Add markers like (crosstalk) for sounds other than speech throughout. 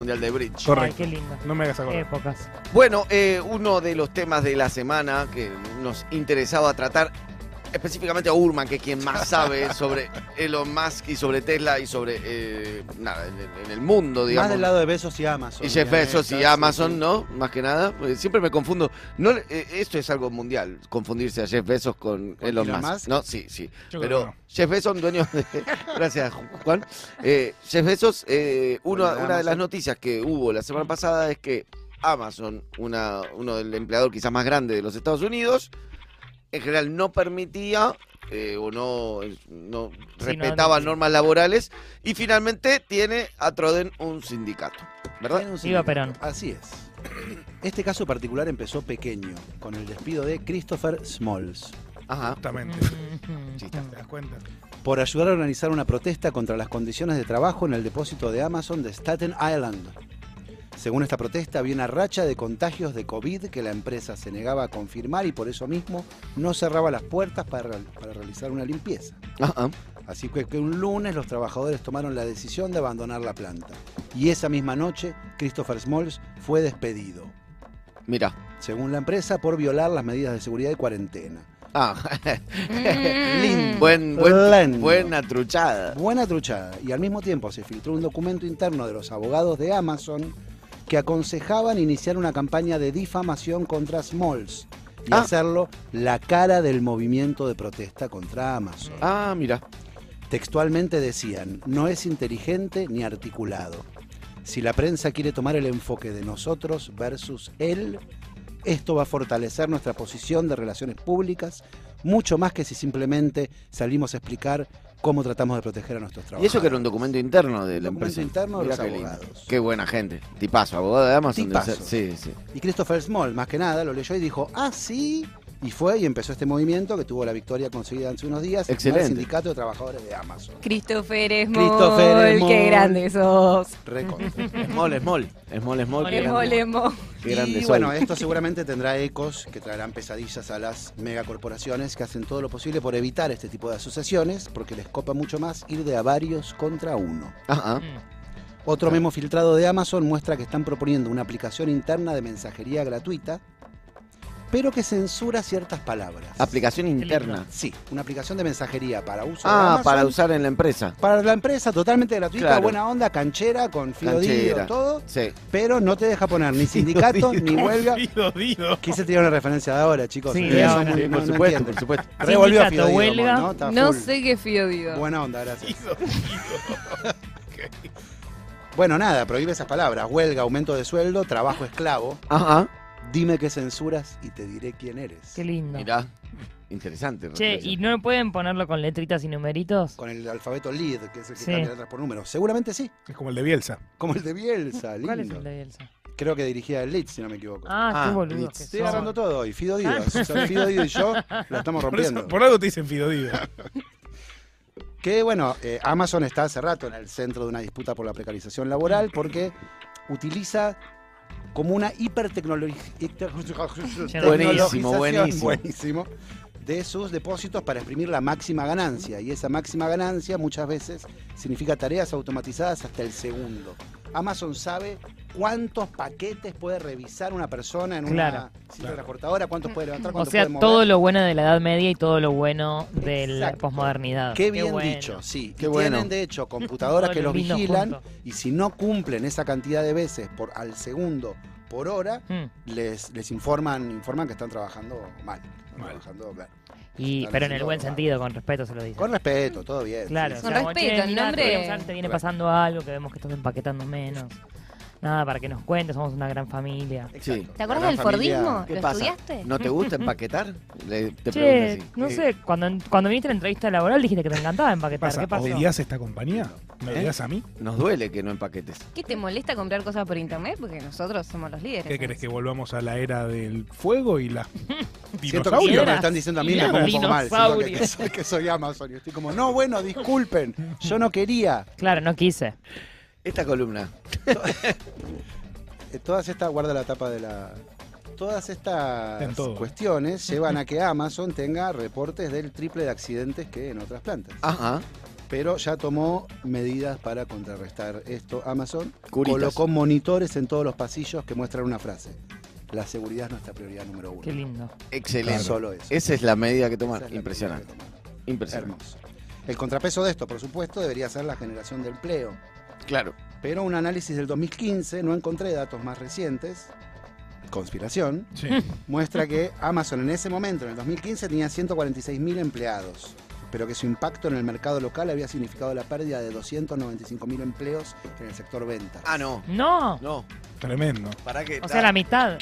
Mundial de Bridge. Correcto. Ay, qué lindo. No me hagas acordar. Épocas. Bueno, eh, uno de los temas de la semana que nos interesaba tratar específicamente a Urman, que es quien más sabe (laughs) sobre Elon Musk y sobre Tesla y sobre eh, nada, en, el- en el mundo, digamos. Más del lado de Besos y Amazon. y Jeff digamos. Bezos y Exacto, Amazon, sí. ¿no? Más que nada. porque siempre me confundo. No, le- eh, esto es algo mundial, confundirse a Jeff Bezos con ¿Con Elon Elon Musk. Musk? No, sí, sí. Yo creo Pero que no. Jeff Bezos, dueño de... Gracias, Juan. Eh, Jeff Bezos, eh, uno- Hola, una de las Amazon. noticias que hubo la semana pasada es que Amazon, una, uno del empleador quizás más grande de los Estados Unidos, en general no permitía eh, o no, no no, respetaba no. normas laborales y finalmente tiene a Troden un sindicato, ¿verdad? Tiene un Viva sindicato. Perón. Así es. (clears throat) Este caso particular empezó pequeño, con el despido de Christopher Smalls, Ajá. Justamente. Mm, Chiste. ¿Te das cuenta? por ayudar a organizar una protesta contra las condiciones de trabajo en el depósito de Amazon de Staten Island. Según esta protesta, había una racha de contagios de COVID que la empresa se negaba a confirmar y por eso mismo no cerraba las puertas para, para realizar una limpieza. Ajá. Así que, que un lunes los trabajadores tomaron la decisión de abandonar la planta. Y esa misma noche, Christopher Smalls fue despedido, Mira. según la empresa, por violar las medidas de seguridad y cuarentena. Ah. (laughs) (laughs) Mm. Lindo. Buen, buen- Lindo. buena truchada. Buena truchada. Y al mismo tiempo se filtró un documento interno de los abogados de Amazon que aconsejaban iniciar una campaña de difamación contra Smalls y Ah. hacerlo la cara del movimiento de protesta contra Amazon. Ah, mira. Textualmente decían, no es inteligente ni articulado. Si la prensa quiere tomar el enfoque de nosotros versus él, esto va a fortalecer nuestra posición de relaciones públicas mucho más que si simplemente salimos a explicar cómo tratamos de proteger a nuestros Y trabajadores. eso que era un documento interno de la Documento empresa. interno de Mirá los qué lindo. abogados. Qué buena gente. Tipazo, abogado de Amazon. debe ser. Tipazo. Sí, (laughs) sí. Y Christopher Small, más que nada, lo leyó y dijo, ah, sí. Y fue y empezó este movimiento que tuvo la victoria conseguida hace unos días Excelente. el Sindicato de Trabajadores de Amazon. Christopher Small, Christopher Small. qué grande sos. Recontra. Small, small. Small, small. Qué Qué grande. molemo. Qué grande y soy. bueno, esto seguramente tendrá ecos que traerán pesadillas a las megacorporaciones que hacen todo lo posible por evitar este tipo de asociaciones porque les copa mucho más ir de a varios contra uno. Ajá. Otro Claro. memo filtrado de Amazon muestra que están proponiendo una aplicación interna de mensajería gratuita, pero que censura ciertas palabras. Aplicación lindo. interna. sí, una aplicación de mensajería para uso de Ah, Amazon, para usar en la empresa. para la empresa totalmente gratuita, Claro. buena onda, canchera, con Canchera. fiodillo, todo, Sí. pero no te deja (laughs) poner ni sindicato ni huelga. Dido, Dido. Quise tirar una referencia de ahora, chicos. Sí, Ustedes de son ahora. muy- Sí, no- por no supuesto, entienden. por (laughs) supuesto. Revolvió a Sindicato, Fiodimo, huelga. ¿no? Está No full. sé qué fío digo. Buena onda, gracias. (laughs) Dido, Dido. Bueno, nada, prohíbe esas palabras. Huelga, aumento de sueldo, trabajo esclavo. Ajá. Dime qué censuras y te diré quién eres. Qué lindo. Mirá. Interesante. Che, reflexión. ¿y no pueden ponerlo con letritas y numeritos? Con el alfabeto LEED, que es el que Sí. cambia letras por números. Seguramente sí. Es como el de Bielsa. Como el de Bielsa, ¿Cuál es lindo. el de Bielsa? Creo que dirigía el Leeds, si no me equivoco. Ah, Ah, qué boludos Leeds. que Estoy son. agarrando todo hoy. Fido Dido. Son Fido Dido y yo la (laughs) estamos Por, eso- rompiendo. por algo te dicen Fido Dido. Que bueno, eh, Amazon está hace rato en el centro de una disputa por la precarización laboral porque utiliza como una hipertecnología. Buenísimo, buenísimo. Buenísimo. De sus depósitos para exprimir la máxima ganancia. Y esa máxima ganancia muchas veces significa tareas automatizadas hasta el segundo. Amazon sabe cuántos paquetes puede revisar una persona en Claro. una cinta transportadora, cuántos puede levantar, O cuántos sea, puede mover. todo lo bueno de la Edad Media y todo lo bueno de la ¿eh? Exacto. posmodernidad. Qué bien bueno. dicho, sí. Qué Y bueno. Tienen de hecho computadoras Todos que los lindos vigilan juntos. y si no cumplen esa cantidad de veces por al segundo por hora, Mm. les, les informan, informan que están trabajando mal. que están Mal. trabajando mal. Y, Están pero en el haciendo buen mal. sentido, con respeto se lo dice. Con respeto, todo bien. Claro, sí, Con o sea, como, respeto, "Che, en mirá, nombre- tuvimos antes, viene Claro. pasando algo, que vemos que estás empaquetando menos. Nada, para que nos cuentes, somos una gran familia. sí. Exacto. Sí. ¿Te La acuerdas gran del familia- Fordismo? ¿Qué ¿Lo pasa? estudiaste? ¿No te gusta empaquetar? Le- te Che, pregunto así. no Eh, sé, cuando, cuando viniste a la entrevista laboral dijiste que te encantaba ¿Qué empaquetar. pasa? ¿Qué pasó? ¿Odias esta compañía? ¿Me ¿Eh? odias a mí? Nos duele que no empaquetes. ¿Qué te molesta comprar cosas por internet? Porque nosotros somos los líderes. ¿Qué querés que volvamos a la era del fuego y (laughs) la Siento que me dinosaurio? Piedras. están diciendo a mí, Y me pongo un los poco mal. Siento que, que dinosaurios. soy, que soy Amazon y estoy como, no, bueno, disculpen, yo no quería. Claro, no quise. Esta columna. Eh, Todas estas, guarda la tapa de la. Todas En estas todo. Ah. cuestiones llevan a que Amazon tenga reportes del triple de accidentes que en otras plantas. Ajá. Pero ya tomó medidas para contrarrestar esto. Amazon Curitas. colocó monitores en todos los pasillos que muestran una frase. La seguridad es nuestra prioridad número uno. Qué lindo. Excelente. Solo eso. Esa es la medida que Esa tomar. es la Impresionante. medida que tomar. Impresionante. Hermoso. El contrapeso de esto, por supuesto, debería ser la generación de empleo. Claro. Pero un análisis del 2015, no encontré datos más recientes, conspiración, Sí. muestra que Amazon en ese momento, en el 2015, tenía 146.000 empleados, pero que su impacto en el mercado local había significado la pérdida de 295.000 empleos en el sector venta. Ah, no. No. No. Tremendo. ¿Para qué? O sea, la mitad.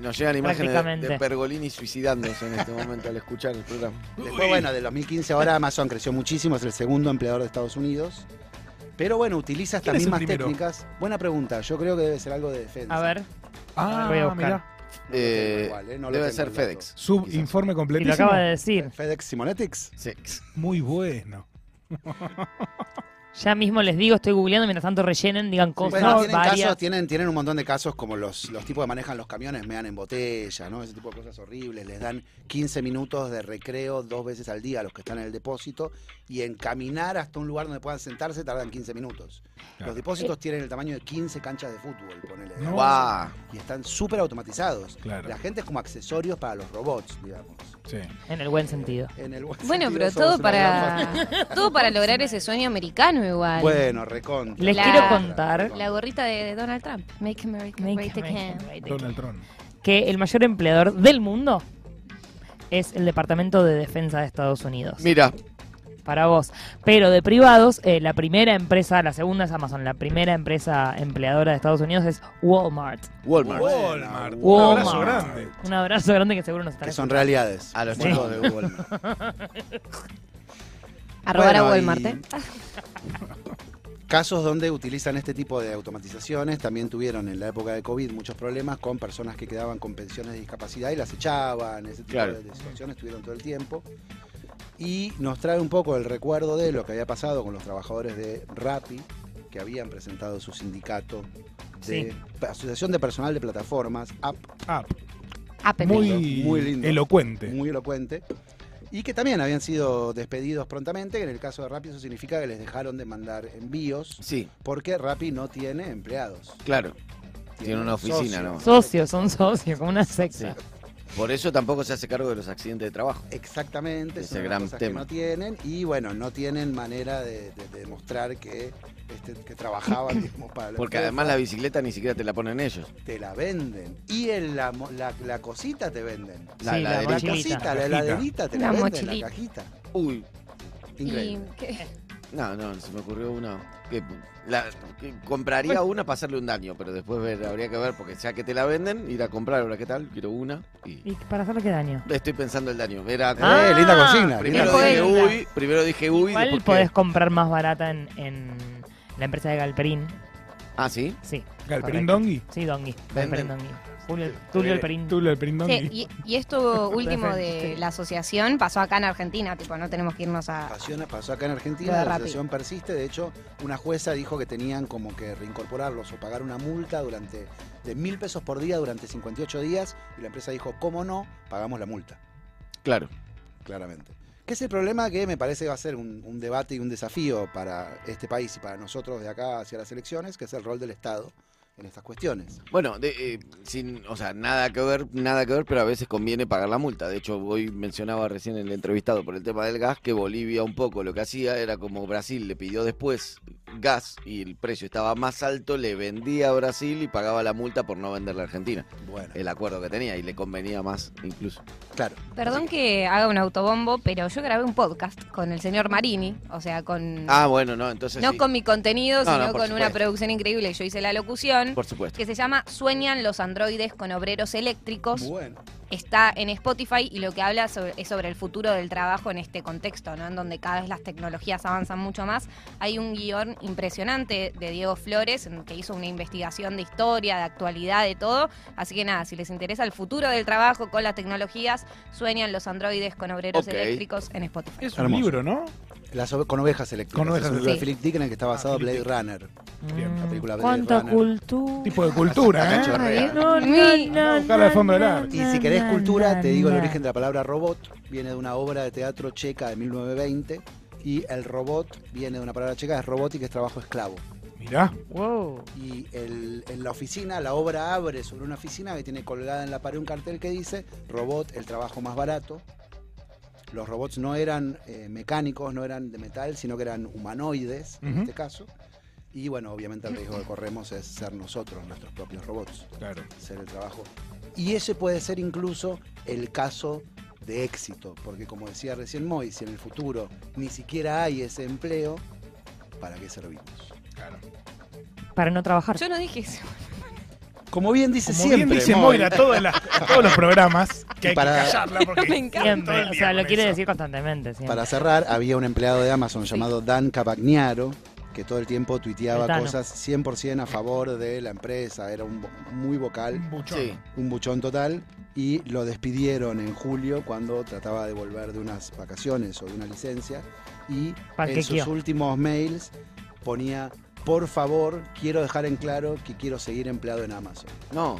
nos llegan imágenes de- de, Prácticamente. Pergolini suicidándose en este momento al escuchar el (laughs) programa. Después, bueno, del 2015 ahora Amazon creció muchísimo, es el segundo empleador de Estados Unidos. Pero bueno, utiliza estas ¿Quién es el mismas primero? técnicas. Buena pregunta, yo creo que debe ser algo de defensa. A ver, Ah, Voy a buscar. mirá. No lo tengo Eh, igual, eh, no lo debe tengo ser el dato. FedEx. Subinforme y lo completísimo. acaba de decir. FedEx Simonetics. Sí. Muy bueno. Ya mismo les digo, estoy googleando, mientras tanto rellenen, digan cosas Bueno, tienen, casos, Pues varias. tienen, tienen un montón de casos como los, los tipos que manejan los camiones, me dan en botella, ¿no? Ese tipo de cosas horribles. Les dan 15 minutos de recreo dos veces al día a los que están en el depósito y en caminar hasta un lugar donde puedan sentarse tardan 15 minutos. Claro. Los depósitos tienen el tamaño de 15 canchas de fútbol, ponele. No. Guau. Y están súper automatizados. Claro. La gente es como accesorios para los robots, digamos. Sí. En el buen sentido. En el buen Bueno, sentido, pero somos todo una (laughs) gran para todo para lograr ese sueño americano igual. familia. Bueno, recontra. Les La- quiero contar La gorrita de, de Donald Trump. Make America Make Great Again. America Great Again. Donald Trump. que el mayor empleador del mundo es el Departamento de Defensa de Estados Unidos. Mira, para vos. Pero de privados, eh, la primera empresa, la segunda es Amazon, la primera empresa empleadora de Estados Unidos es Walmart. Walmart. Bueno, Walmart. Un Walmart. abrazo grande. Un abrazo grande que seguro nos están Que son escuchando. realidades. A los Como chicos todo. de Walmart. (laughs) A robar a Bueno, y- Walmart. ¿eh? (laughs) Casos donde utilizan este tipo de automatizaciones también tuvieron en la época de COVID muchos problemas con personas que quedaban con pensiones de discapacidad y las echaban, ese tipo Claro. de de situaciones tuvieron todo el tiempo. Y nos trae un poco el recuerdo de lo que había pasado con los trabajadores de Rappi, que habían presentado su sindicato de Sí. Asociación de Personal de Plataformas, AP, Ah, Apple. muy, Muy lindo. elocuente. muy elocuente, y que también habían sido despedidos prontamente, que en el caso de Rappi eso significa que les dejaron de mandar envíos Sí, porque Rappi no tiene empleados. claro. Tiene una oficina, socios. ¿no? Socios, son socios, como una secta. Por eso tampoco se hace cargo de los accidentes de trabajo. Exactamente, Ese son las gran cosas tema. que no tienen y bueno, no tienen manera de, de- de demostrar que, este, que trabajaban digamos, para la Porque empresa. además la bicicleta ni siquiera te la ponen ellos. te la venden y en la, mo- la, la cosita te venden. La, la Sí, la de- mochila. La Mochilita. cosita, la Cajita. heladerita te la, La venden, mochilita. la cajita. Uy, Y, Increíble. ¿qué? no, no, se me ocurrió una. que la- que compraría una para hacerle un daño, pero después ver- habría que ver, porque ya que te la venden, ir a comprar, ahora qué tal, quiero una. Y ¿Y para hacerle qué daño? estoy pensando el daño. Era como- Ah, Eh, linda consigna. linda primero Después- dije consigna. uy, primero dije uy, Igual después podés que- comprar más barata en, en la empresa de Galperín. Ah, sí. Sí, Galperín Correcto. Dongui. sí, Dongui. Venden. Galperín Dongui. Julio, Tulio Galperín. Tú, Galperín Sí, Dongui. y, y (laughs) esto último de la asociación pasó acá en Argentina, tipo, no tenemos que irnos a... Pasión- pasó acá en Lo Argentina, de la Rappi. situación persiste. De hecho, una jueza dijo que tenían como que reincorporarlos o pagar una multa durante de mil pesos por día durante 58 días. Y la empresa dijo, ¿cómo no? Pagamos la multa, Claro. claramente. Que es el problema que me parece va a ser un, un debate y un desafío para este país y para nosotros de acá hacia las elecciones, que es el rol del Estado en estas cuestiones. Bueno, de, eh, sin, o sea, nada que ver, nada que ver, pero a veces conviene pagar la multa. De hecho, hoy mencionaba recién en el entrevistado por el tema del gas que Bolivia un poco lo que hacía era como Brasil le pidió después gas y el precio estaba más alto, le vendía a Brasil y pagaba la multa por no venderle a Argentina. Bueno, Eh, El acuerdo que tenía y le convenía más incluso. claro. Perdón que haga un autobombo, pero yo grabé un podcast con el señor Marini, o sea, con... Ah, bueno, no, entonces no sí, con mi contenido, No, no, sino por con una supuesto. producción increíble que yo hice la locución, por supuesto. que se llama Sueñan los androides con obreros eléctricos. Bueno, está en Spotify y lo que habla sobre- es sobre el futuro del trabajo en este contexto, ¿no? En donde cada vez las tecnologías avanzan mucho más. Hay un guión impresionante de Diego Flores en- que hizo una investigación de historia, de actualidad, de todo. Así que nada, si les interesa el futuro del trabajo con las tecnologías, sueñan los androides con obreros Ok. eléctricos en Spotify. Es un Hermoso. libro, ¿no? las ove- con ovejas eléctricas. Con ovejas Ah, es un libro de eléctricas. Philip Dick en el que está basado Philip Blade Runner. Bien, Mm. la película Blade ¿Cuánta Runner. cultura? Tipo de cultura, ¿eh? Cachorrea. No, no, Mi- no, Buscala al fondo del no, arte. Y si querés no, cultura, no, te digo el no. origen de la palabra robot. Viene de una obra de teatro checa de 1920 y el robot viene de una palabra checa, es robótica, es trabajo esclavo. Mirá. Wow. Y el- en la oficina, la obra abre sobre una oficina que tiene colgada en la pared un cartel que dice robot, el trabajo más barato. Los robots no eran eh, mecánicos, no eran de metal, sino que eran humanoides en Ujú. este caso. Y bueno, obviamente el riesgo que corremos es ser nosotros, nuestros propios robots, Claro. ser el trabajo. Y ese puede ser incluso el caso de éxito, porque como decía recién Moy, si en el futuro ni siquiera hay ese empleo, ¿para qué servimos? Claro. Para no trabajar. Yo no dije eso. Como bien dice Como siempre. bien dice Moy. Moira, todas las- a todos (laughs) los programas que hay Para- que callarla (laughs) porque Me encanta. todo el Siempre. O día sea, con lo quiere eso. decir constantemente. siempre. Para cerrar, había un empleado de Amazon llamado Dan Capagnaro que todo el tiempo tuiteaba El Tano. cosas 100% a favor de la empresa, era un bo- muy vocal, Un buchón. Sí. un buchón total, y lo despidieron en julio cuando trataba de volver de unas vacaciones o de una licencia, y en Panquequeó. sus últimos mails ponía, por favor, quiero dejar en claro que quiero seguir empleado en Amazon. No,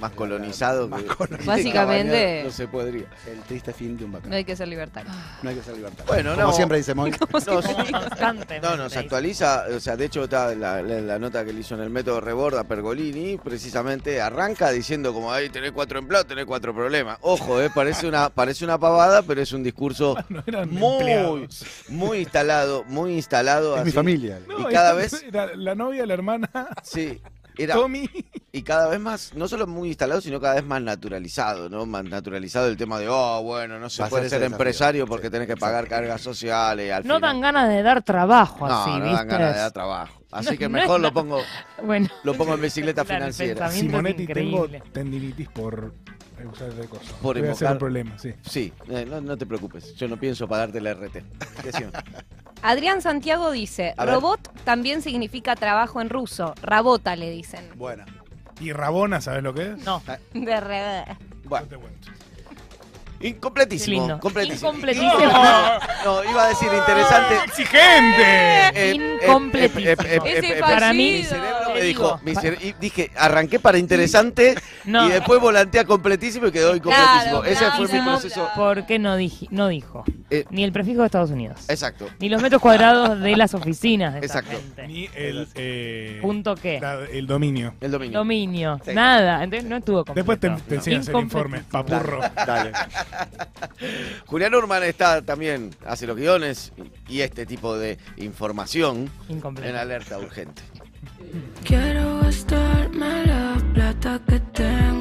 más colonizado. (laughs) Más que- colonizado. Básicamente- No se podría. El triste fin de un No bacán. hay que ser libertario. No hay que ser libertad. Bueno, Como no. siempre dice (laughs) Moy. No, sí. Constantemente. No, nos actualiza, o sea, de hecho está la, la- la nota que le hizo en el método Rebord a Pergolini, precisamente arranca diciendo como, ahí tenés cuatro empleados, tenés cuatro problemas. Ojo, eh, parece, una, parece una pavada, pero es un discurso (laughs) No eran muy, empleados. muy instalado, muy instalado. Es mi así. familia. No, cada era- vez- era la novia, la hermana, Sí, (laughs) era, Tommy. y cada vez más, no solo muy instalado, sino cada vez más naturalizado, ¿no? Más naturalizado el tema de, oh, bueno, no se Va a puede ser ser ese desafío". empresario porque Sí, tenés que pagar exacto. cargas sociales. Al No final- dan ganas de dar trabajo No, así, no ¿viste? dan ganas de dar trabajo. Así que No, mejor no. lo pongo Bueno, lo pongo en bicicleta Claro, el financiera. pensamiento. Simonetti, tengo increíble. tendinitis por eh, usar el coso. Por Voy a hacer invocar- el problema, sí. Sí, eh, no, no te preocupes, yo no pienso pagarte la RT. (laughs) Decime. Adrián Santiago dice, A ver. robot también significa trabajo en ruso. Rabota le dicen. Bueno, ¿Y Rabona, sabes lo que es? no. De re... No Bueno, te cuento. incompletísimo. Qué lindo. Completísimo. Incompletísimo. Ah, No, no, iba a decir interesante. ¡Ah, ¡Exigente! Eh, eh, Incompletísimo. eh, eh, eh, eh, Ese para mí- Mi fallido. cerebro me Te dijo, digo. mi cere- y dije, arranqué para interesante No. y después volanteé a completísimo y quedó incompletísimo. Claro, Ese claro, fue mi claro. proceso. ¿Por qué no, diji- no dijo? Eh. Ni el prefijo de Estados Unidos. Exacto. Ni los metros cuadrados de las oficinas de esa Exacto. gente. Ni el, eh, Punto qué. la- el dominio. El dominio. Dominio. Sí. Nada. Entonces no estuvo completo. Después te, te enseñas el Incompletísimo. informe, papurro. dale. Julián Urman está también, hace los guiones y este tipo de información en Incompleto. alerta urgente. Quiero gastarme la plata que tengo.